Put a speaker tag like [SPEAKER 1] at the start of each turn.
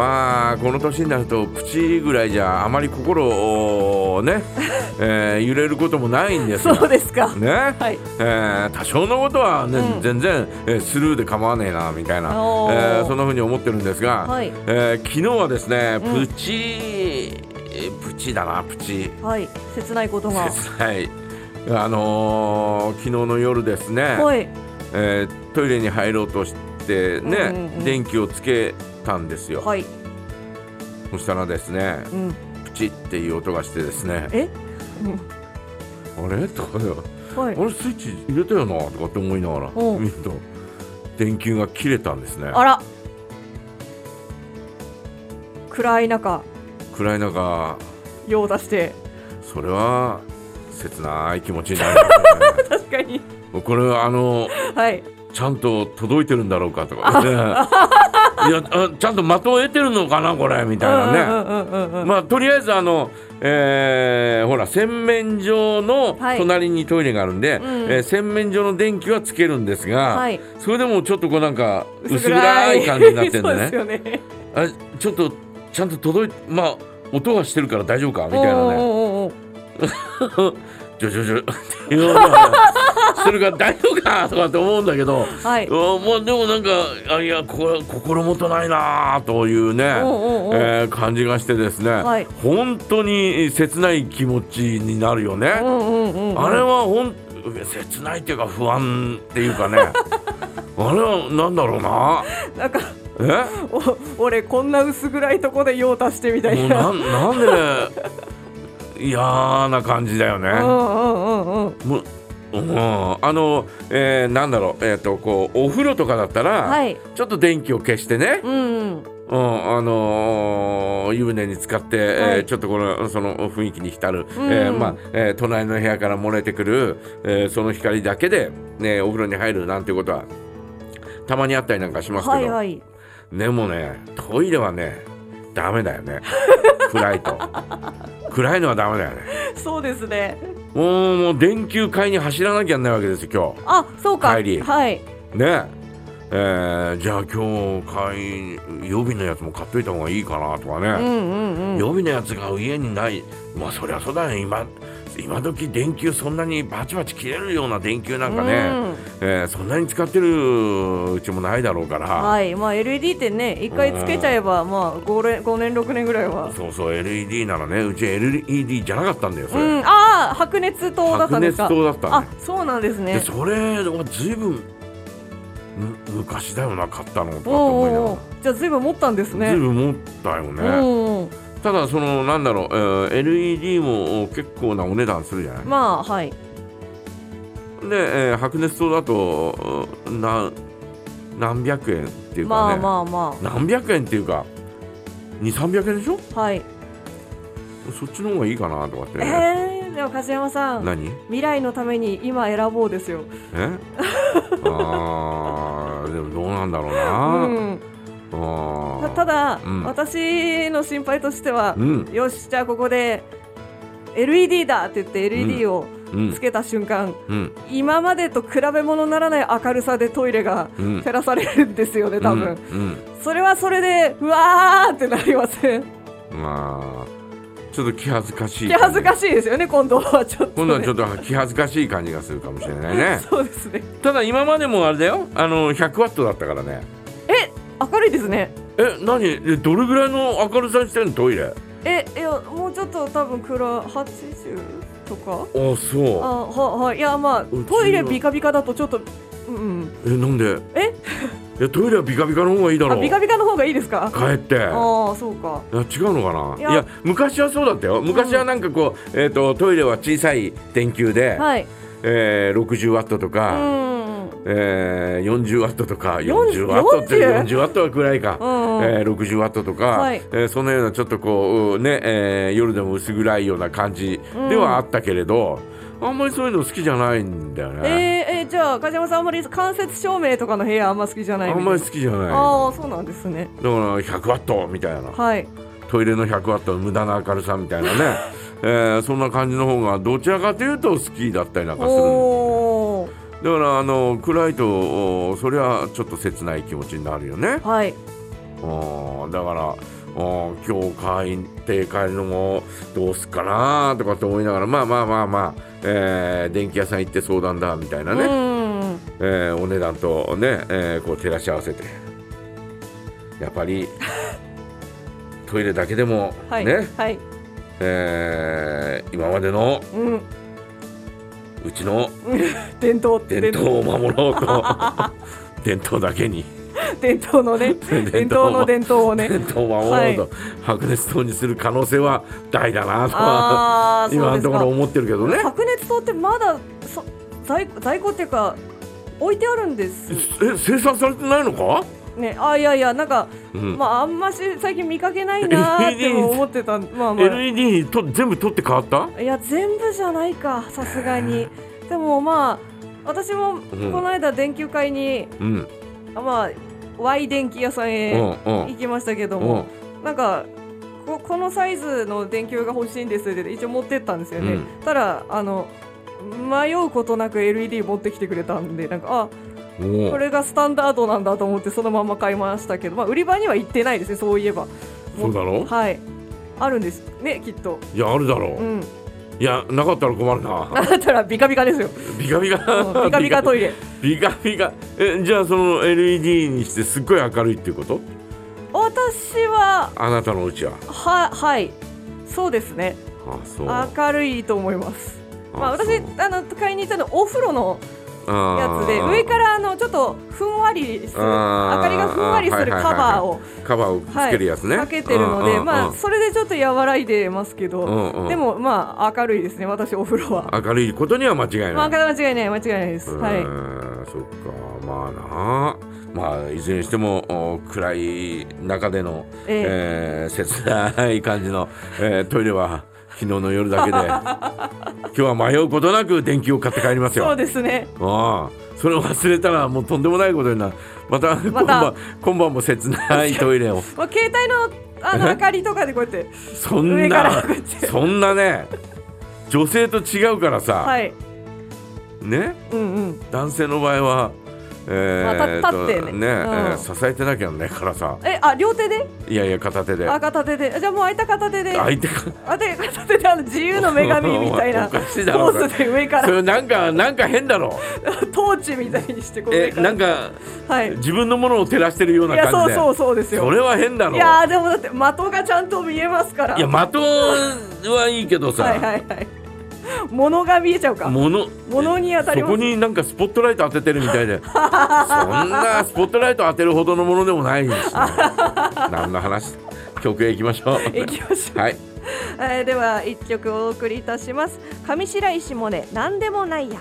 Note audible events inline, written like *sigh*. [SPEAKER 1] まあこの年になるとプチぐらいじゃあまり心を
[SPEAKER 2] *laughs*
[SPEAKER 1] ね、えー揺れることもないんですが
[SPEAKER 2] そうですか。
[SPEAKER 1] ね、
[SPEAKER 2] はい
[SPEAKER 1] えー多少のことは、ね
[SPEAKER 2] うん
[SPEAKER 1] 全然、えースルーで構わねえなみたいな、え
[SPEAKER 2] おー
[SPEAKER 1] ーそんな風に思ってるんですが、
[SPEAKER 2] はい
[SPEAKER 1] えー昨日はですね
[SPEAKER 2] う
[SPEAKER 1] プ
[SPEAKER 2] ん
[SPEAKER 1] チ、えープチだなプチ
[SPEAKER 2] はい。切ないことが。
[SPEAKER 1] 切ないあのー昨日の夜ですね、
[SPEAKER 2] はい。
[SPEAKER 1] えートイレに入ろうとしてね、
[SPEAKER 2] うんうんうん
[SPEAKER 1] 電気をつけたんですよ、
[SPEAKER 2] はい。
[SPEAKER 1] そしたらですね
[SPEAKER 2] うん。
[SPEAKER 1] プチっていう音がしてですね
[SPEAKER 2] え？
[SPEAKER 1] あれとかで
[SPEAKER 2] うんは
[SPEAKER 1] あ
[SPEAKER 2] い。
[SPEAKER 1] れスイッチ入れたよなとかって思いながら
[SPEAKER 2] うん
[SPEAKER 1] 見ると電球が切れたんですね
[SPEAKER 2] あら。暗い中、
[SPEAKER 1] 暗い中
[SPEAKER 2] 用を出して。 *laughs*
[SPEAKER 1] それは切ない気持ちになりますね
[SPEAKER 2] *laughs* 確かに。
[SPEAKER 1] もうこれあの
[SPEAKER 2] はい。
[SPEAKER 1] ちゃんと届いてるんだろうかとか、
[SPEAKER 2] *laughs*
[SPEAKER 1] ね、いやあちゃんと的を得てるのかなこれみたいなね、
[SPEAKER 2] うんうんうんうんうん。
[SPEAKER 1] まあとりあえずあの、えーほら洗面所の
[SPEAKER 2] はい
[SPEAKER 1] 隣にトイレがあるんで、
[SPEAKER 2] ん
[SPEAKER 1] えー洗面所の電気はつけるんですが、
[SPEAKER 2] はい
[SPEAKER 1] それでもちょっとこうなんか薄暗い感じになってるん
[SPEAKER 2] *laughs* そう
[SPEAKER 1] だ
[SPEAKER 2] です
[SPEAKER 1] ね
[SPEAKER 2] よね。
[SPEAKER 1] あれちょっとちゃんと届いまあ音はしてるから大丈夫かみたいなね
[SPEAKER 2] おーおーおー
[SPEAKER 1] ジョジョジョっていう音が
[SPEAKER 2] *laughs*
[SPEAKER 1] するから大丈夫かとかって思うんだけど、
[SPEAKER 2] おーはい。
[SPEAKER 1] うんまあでもなんかあいやこ心もとないなあというね
[SPEAKER 2] おうおうおう
[SPEAKER 1] えー感じがしてですね、
[SPEAKER 2] はい
[SPEAKER 1] 本当に切ない気持ちになるよね、
[SPEAKER 2] うんうんうんうん。
[SPEAKER 1] あれはほん切ないっていうか不安っていう
[SPEAKER 2] *laughs*
[SPEAKER 1] かねあれはなんだろうな
[SPEAKER 2] なんか
[SPEAKER 1] え
[SPEAKER 2] お俺こんな薄暗いとこで用を足してみた
[SPEAKER 1] も
[SPEAKER 2] いう
[SPEAKER 1] な
[SPEAKER 2] な。
[SPEAKER 1] んなんで嫌な感じだよね、
[SPEAKER 2] うんうんうんうん。
[SPEAKER 1] もううん、あの、えーなんだろう、えー、とこうお風呂とかだったら、
[SPEAKER 2] はい。
[SPEAKER 1] ちょっと電気を消してね、
[SPEAKER 2] うんうん。
[SPEAKER 1] うんあのー湯船に浸かって、えー
[SPEAKER 2] はい
[SPEAKER 1] ちょっとこのその雰囲気に浸る、
[SPEAKER 2] ん
[SPEAKER 1] えーまあえー隣の部屋から漏れてくる、えーその光だけで、ね、お風呂に入るなんてことはたまにあったりなんかしますけど、
[SPEAKER 2] はいはい。
[SPEAKER 1] でもねトイレはねダメだよ
[SPEAKER 2] *laughs*
[SPEAKER 1] ね暗いと暗いのはダメだよね
[SPEAKER 2] そうですね。
[SPEAKER 1] もうもう電球買いに走らなきゃいけないわけですよ
[SPEAKER 2] あ、そうか。
[SPEAKER 1] 帰り
[SPEAKER 2] はい。
[SPEAKER 1] 今日ねえーじゃあ今日買い予備のやつも買っといた方がいいかなとかね、
[SPEAKER 2] うんうんうん。
[SPEAKER 1] 予備のやつが家にないまあそりゃそうだね今今時電球そんなにバチバチ切れるような電球なんかね、えーそんなに使ってるうちもないだろうから、
[SPEAKER 2] うんはい。まあ LED ってね、一回つけちゃえばまあ五年五年六年ぐらいは。
[SPEAKER 1] そうそう LED ならねうち LED じゃなかったんだよそれ、
[SPEAKER 2] うん。ああ、白熱灯だったんですか。
[SPEAKER 1] 白熱灯だったね
[SPEAKER 2] あ、そうなんです
[SPEAKER 1] で
[SPEAKER 2] ね。
[SPEAKER 1] それはずいぶんむ昔だよな買ったのとかって
[SPEAKER 2] おお
[SPEAKER 1] 思いな
[SPEAKER 2] おうおう。じゃあずいぶん持ったんです
[SPEAKER 1] がらずい
[SPEAKER 2] ね。
[SPEAKER 1] ぶん持ったよね、
[SPEAKER 2] うんうん。
[SPEAKER 1] ただそのなんだろう、えー LED も結構なお値段するじゃない
[SPEAKER 2] まあはい。
[SPEAKER 1] で、えー白熱灯だとうんな何百円っていうか
[SPEAKER 2] ま
[SPEAKER 1] ね、
[SPEAKER 2] あまあま
[SPEAKER 1] 何百円っていうか2300円でしょ
[SPEAKER 2] あ。はい。
[SPEAKER 1] そっちの方がいいかなとかって
[SPEAKER 2] え
[SPEAKER 1] ね、
[SPEAKER 2] えー、でも梶山さん。 *laughs*
[SPEAKER 1] 何
[SPEAKER 2] 未来のために今選ぼうですよ。
[SPEAKER 1] えあーでもどうなんだろう
[SPEAKER 2] う
[SPEAKER 1] な、
[SPEAKER 2] ん。
[SPEAKER 1] あ
[SPEAKER 2] た
[SPEAKER 1] ー
[SPEAKER 2] ただ、
[SPEAKER 1] うん
[SPEAKER 2] 私の心配としては、
[SPEAKER 1] うん
[SPEAKER 2] よしじゃあここで LED だって言って LED を
[SPEAKER 1] うん
[SPEAKER 2] つけた瞬間、
[SPEAKER 1] うん
[SPEAKER 2] 今までと比べ物にならない明るさでトイレが
[SPEAKER 1] うん
[SPEAKER 2] 照らされるんですよね *laughs* 多
[SPEAKER 1] う
[SPEAKER 2] 分、
[SPEAKER 1] ん、
[SPEAKER 2] それはそれでうわーってなりません
[SPEAKER 1] うん、まあちょっと気恥ずかしい
[SPEAKER 2] 気恥ずか
[SPEAKER 1] い
[SPEAKER 2] しいですよね今度はちょっと、ね、
[SPEAKER 1] 今度はちょっと気恥ずかしい感じがするかもしれないね
[SPEAKER 2] *laughs* そうですね
[SPEAKER 1] ただ今までもあれだよあの100ワットだったからね
[SPEAKER 2] え明るいですね
[SPEAKER 1] え何えどれぐらいの明るさにしてるのトイレあ
[SPEAKER 2] えいやもうちょっと多分暗80とか
[SPEAKER 1] そ
[SPEAKER 2] あははいいやまあ
[SPEAKER 1] ちは
[SPEAKER 2] トイレビカビカだとちょっとうんうん
[SPEAKER 1] うえなんで
[SPEAKER 2] え
[SPEAKER 1] *laughs* いやトイレはビカビカの方がいいだ
[SPEAKER 2] あ
[SPEAKER 1] ろう
[SPEAKER 2] ビカビカの方がいいですか。
[SPEAKER 1] 帰っていや
[SPEAKER 2] ああそうか。
[SPEAKER 1] 違うのかない
[SPEAKER 2] い
[SPEAKER 1] や
[SPEAKER 2] や
[SPEAKER 1] 昔はそうだったよ昔はなんかこう、えー、とトイレは小さい電球で、
[SPEAKER 2] はい。
[SPEAKER 1] えー、60ワットと
[SPEAKER 2] う
[SPEAKER 1] か、
[SPEAKER 2] ん。
[SPEAKER 1] えー、40ワットとか
[SPEAKER 2] よん
[SPEAKER 1] 40ワットって
[SPEAKER 2] 40
[SPEAKER 1] 40ワットはくらいか、
[SPEAKER 2] うんうん
[SPEAKER 1] えー、60ワットとか、
[SPEAKER 2] はい
[SPEAKER 1] えーそのようなちょっとこうね、えー夜でも薄暗いような感じではあったけれど、あんまりそういうの好きじゃないんだよ
[SPEAKER 2] えー、
[SPEAKER 1] ね、
[SPEAKER 2] えー、じゃあ梶山さんあんまり間接照明とかの部屋あんま好きじゃない
[SPEAKER 1] あんまり好きじゃないだか
[SPEAKER 2] ああそうなんですね。
[SPEAKER 1] ら100ワットみたいな
[SPEAKER 2] はい。
[SPEAKER 1] トイレの100ワットの無駄な明るさみたいな
[SPEAKER 2] *laughs*
[SPEAKER 1] ね、えーそんな感じの方がどちらかというと好きだったりなんかするん
[SPEAKER 2] おお。
[SPEAKER 1] だからあの暗いとおそりゃちょっと切ない気持ちになるよね
[SPEAKER 2] はい。
[SPEAKER 1] うんうんだからうん今日会員定帰るのもどうすっかなとかって思いながらまあまあまあまあ、えー電気屋さん行って相談だみたいなね、
[SPEAKER 2] うん
[SPEAKER 1] えーお値段とね、えーこう照らし合わせてやっぱ
[SPEAKER 2] *laughs*
[SPEAKER 1] りトイレだけでもね、
[SPEAKER 2] はい、はい、 *laughs*
[SPEAKER 1] えー今までの
[SPEAKER 2] うん、
[SPEAKER 1] うちの
[SPEAKER 2] 伝統
[SPEAKER 1] 伝統を守ろう
[SPEAKER 2] *laughs*
[SPEAKER 1] と伝統だけに
[SPEAKER 2] 伝統の
[SPEAKER 1] *laughs*
[SPEAKER 2] ね伝統の伝統をね
[SPEAKER 1] 伝統を守ろうと、白熱灯にする可能性は大だなとは
[SPEAKER 2] ああそう
[SPEAKER 1] 今の
[SPEAKER 2] です
[SPEAKER 1] とこ
[SPEAKER 2] か
[SPEAKER 1] ろ思ってるけどね。
[SPEAKER 2] 白熱灯ってまだそ在庫在庫っていうか置いてあるんです
[SPEAKER 1] え生産されてないのか、
[SPEAKER 2] ねあいやいやなんか、
[SPEAKER 1] うん
[SPEAKER 2] まああんまし最近見かけないなーっても思ってたまあまあ
[SPEAKER 1] LED にと全部取って変わった
[SPEAKER 2] いや全部じゃないかさすがにでもまあ私も
[SPEAKER 1] ん
[SPEAKER 2] この間電球会に、
[SPEAKER 1] うん
[SPEAKER 2] まあ Y 電気屋さん
[SPEAKER 1] う
[SPEAKER 2] へ
[SPEAKER 1] んうん
[SPEAKER 2] 行きましたけど
[SPEAKER 1] う
[SPEAKER 2] も
[SPEAKER 1] ん、
[SPEAKER 2] なんかここのサイズの電球が欲しいんですって一応持ってったんですよね、
[SPEAKER 1] うん
[SPEAKER 2] ただあの迷うことなく LED 持ってきてくれたんでなんかあ
[SPEAKER 1] も
[SPEAKER 2] これがスタンダードなんだと思ってそのまま買いましたけど、まあ、売り場には行ってないですねそういえば
[SPEAKER 1] そうだろ
[SPEAKER 2] はいあるんですねきっと
[SPEAKER 1] いやあるだろう、
[SPEAKER 2] うん
[SPEAKER 1] いやなかったら困るな
[SPEAKER 2] *laughs* あなたらビカビカで
[SPEAKER 1] *laughs*
[SPEAKER 2] すよ
[SPEAKER 1] ビカビ
[SPEAKER 2] うん
[SPEAKER 1] カ
[SPEAKER 2] ビカビカトイレ
[SPEAKER 1] ビカビカえじゃあその LED にしてすっごい明るいっていうこと
[SPEAKER 2] 私は
[SPEAKER 1] あなたのうちは
[SPEAKER 2] ははいそうですね
[SPEAKER 1] あそう
[SPEAKER 2] 明るいと思いますまあ、
[SPEAKER 1] そう
[SPEAKER 2] 私あの買いに行ったのお風呂のやつで
[SPEAKER 1] あー
[SPEAKER 2] 上からあのちょっとふんわりする
[SPEAKER 1] あー
[SPEAKER 2] 明かりがふんわりするカバーを
[SPEAKER 1] カバーを
[SPEAKER 2] は
[SPEAKER 1] つ
[SPEAKER 2] い
[SPEAKER 1] けるやつね、
[SPEAKER 2] かけてるので、
[SPEAKER 1] うんう
[SPEAKER 2] まあ、
[SPEAKER 1] ん
[SPEAKER 2] それでちょっと和らいでますけ
[SPEAKER 1] う
[SPEAKER 2] ど、
[SPEAKER 1] んうん
[SPEAKER 2] でもまあ明るいですね私お風呂は、
[SPEAKER 1] 明るいことには間違いない、
[SPEAKER 2] まあ、間違いない間違いないです、
[SPEAKER 1] う
[SPEAKER 2] はい
[SPEAKER 1] ーんそっかまあなまあいずれにしてもお暗い中での、
[SPEAKER 2] え
[SPEAKER 1] え
[SPEAKER 2] え
[SPEAKER 1] ー切ない感じの、えートイレは昨日の夜だ
[SPEAKER 2] *laughs*
[SPEAKER 1] けで今日は迷うことなく電気を買って帰りますよ。
[SPEAKER 2] そうですね
[SPEAKER 1] ああそれを忘れたらもうとんでもないことになるまた今晩今晩も切ないトイレを
[SPEAKER 2] まあ、携帯の
[SPEAKER 1] *laughs*
[SPEAKER 2] あ
[SPEAKER 1] え
[SPEAKER 2] の明かりとかでこうやって
[SPEAKER 1] そん
[SPEAKER 2] 上
[SPEAKER 1] な
[SPEAKER 2] からこうやって
[SPEAKER 1] そんなね女性と違うからさ、
[SPEAKER 2] はい
[SPEAKER 1] ね
[SPEAKER 2] うんうん
[SPEAKER 1] 男性の場合は、え
[SPEAKER 2] まあ
[SPEAKER 1] と
[SPEAKER 2] 立ってね
[SPEAKER 1] え
[SPEAKER 2] うん
[SPEAKER 1] ー支えてなきゃねからさ
[SPEAKER 2] えあ両手で
[SPEAKER 1] いやいや片手で
[SPEAKER 2] あ片手でじゃあもう空いた片手で
[SPEAKER 1] 相手か
[SPEAKER 2] あで片手であの自由の女神みたいな
[SPEAKER 1] *laughs* お
[SPEAKER 2] ポ
[SPEAKER 1] かしいだろ
[SPEAKER 2] ーズで上か
[SPEAKER 1] *laughs* そ
[SPEAKER 2] ら
[SPEAKER 1] れなんかなんか変だろ
[SPEAKER 2] トーチみたいにしてこう
[SPEAKER 1] え
[SPEAKER 2] 上から
[SPEAKER 1] なんか
[SPEAKER 2] はい
[SPEAKER 1] 自分のものを照らしてるようない
[SPEAKER 2] や
[SPEAKER 1] 感じ
[SPEAKER 2] そう
[SPEAKER 1] で
[SPEAKER 2] そうそうですよ
[SPEAKER 1] それは変だろ
[SPEAKER 2] いやーでもだって的がちゃんと見えますから
[SPEAKER 1] いや的はいいけどさ、
[SPEAKER 2] はいはいはい物が見えちゃうか
[SPEAKER 1] もの
[SPEAKER 2] 物に当たり
[SPEAKER 1] そ
[SPEAKER 2] ます
[SPEAKER 1] こになんかスポットライト当ててるみたいでそんなスポットライト当てるほどのものでもないし、ね、
[SPEAKER 2] *laughs*
[SPEAKER 1] 何の話曲へ行きましょ
[SPEAKER 2] 行きまし
[SPEAKER 1] う
[SPEAKER 2] ょ
[SPEAKER 1] はい、
[SPEAKER 2] う、えーでは一曲お送りいたします上白石萌音なんでもないや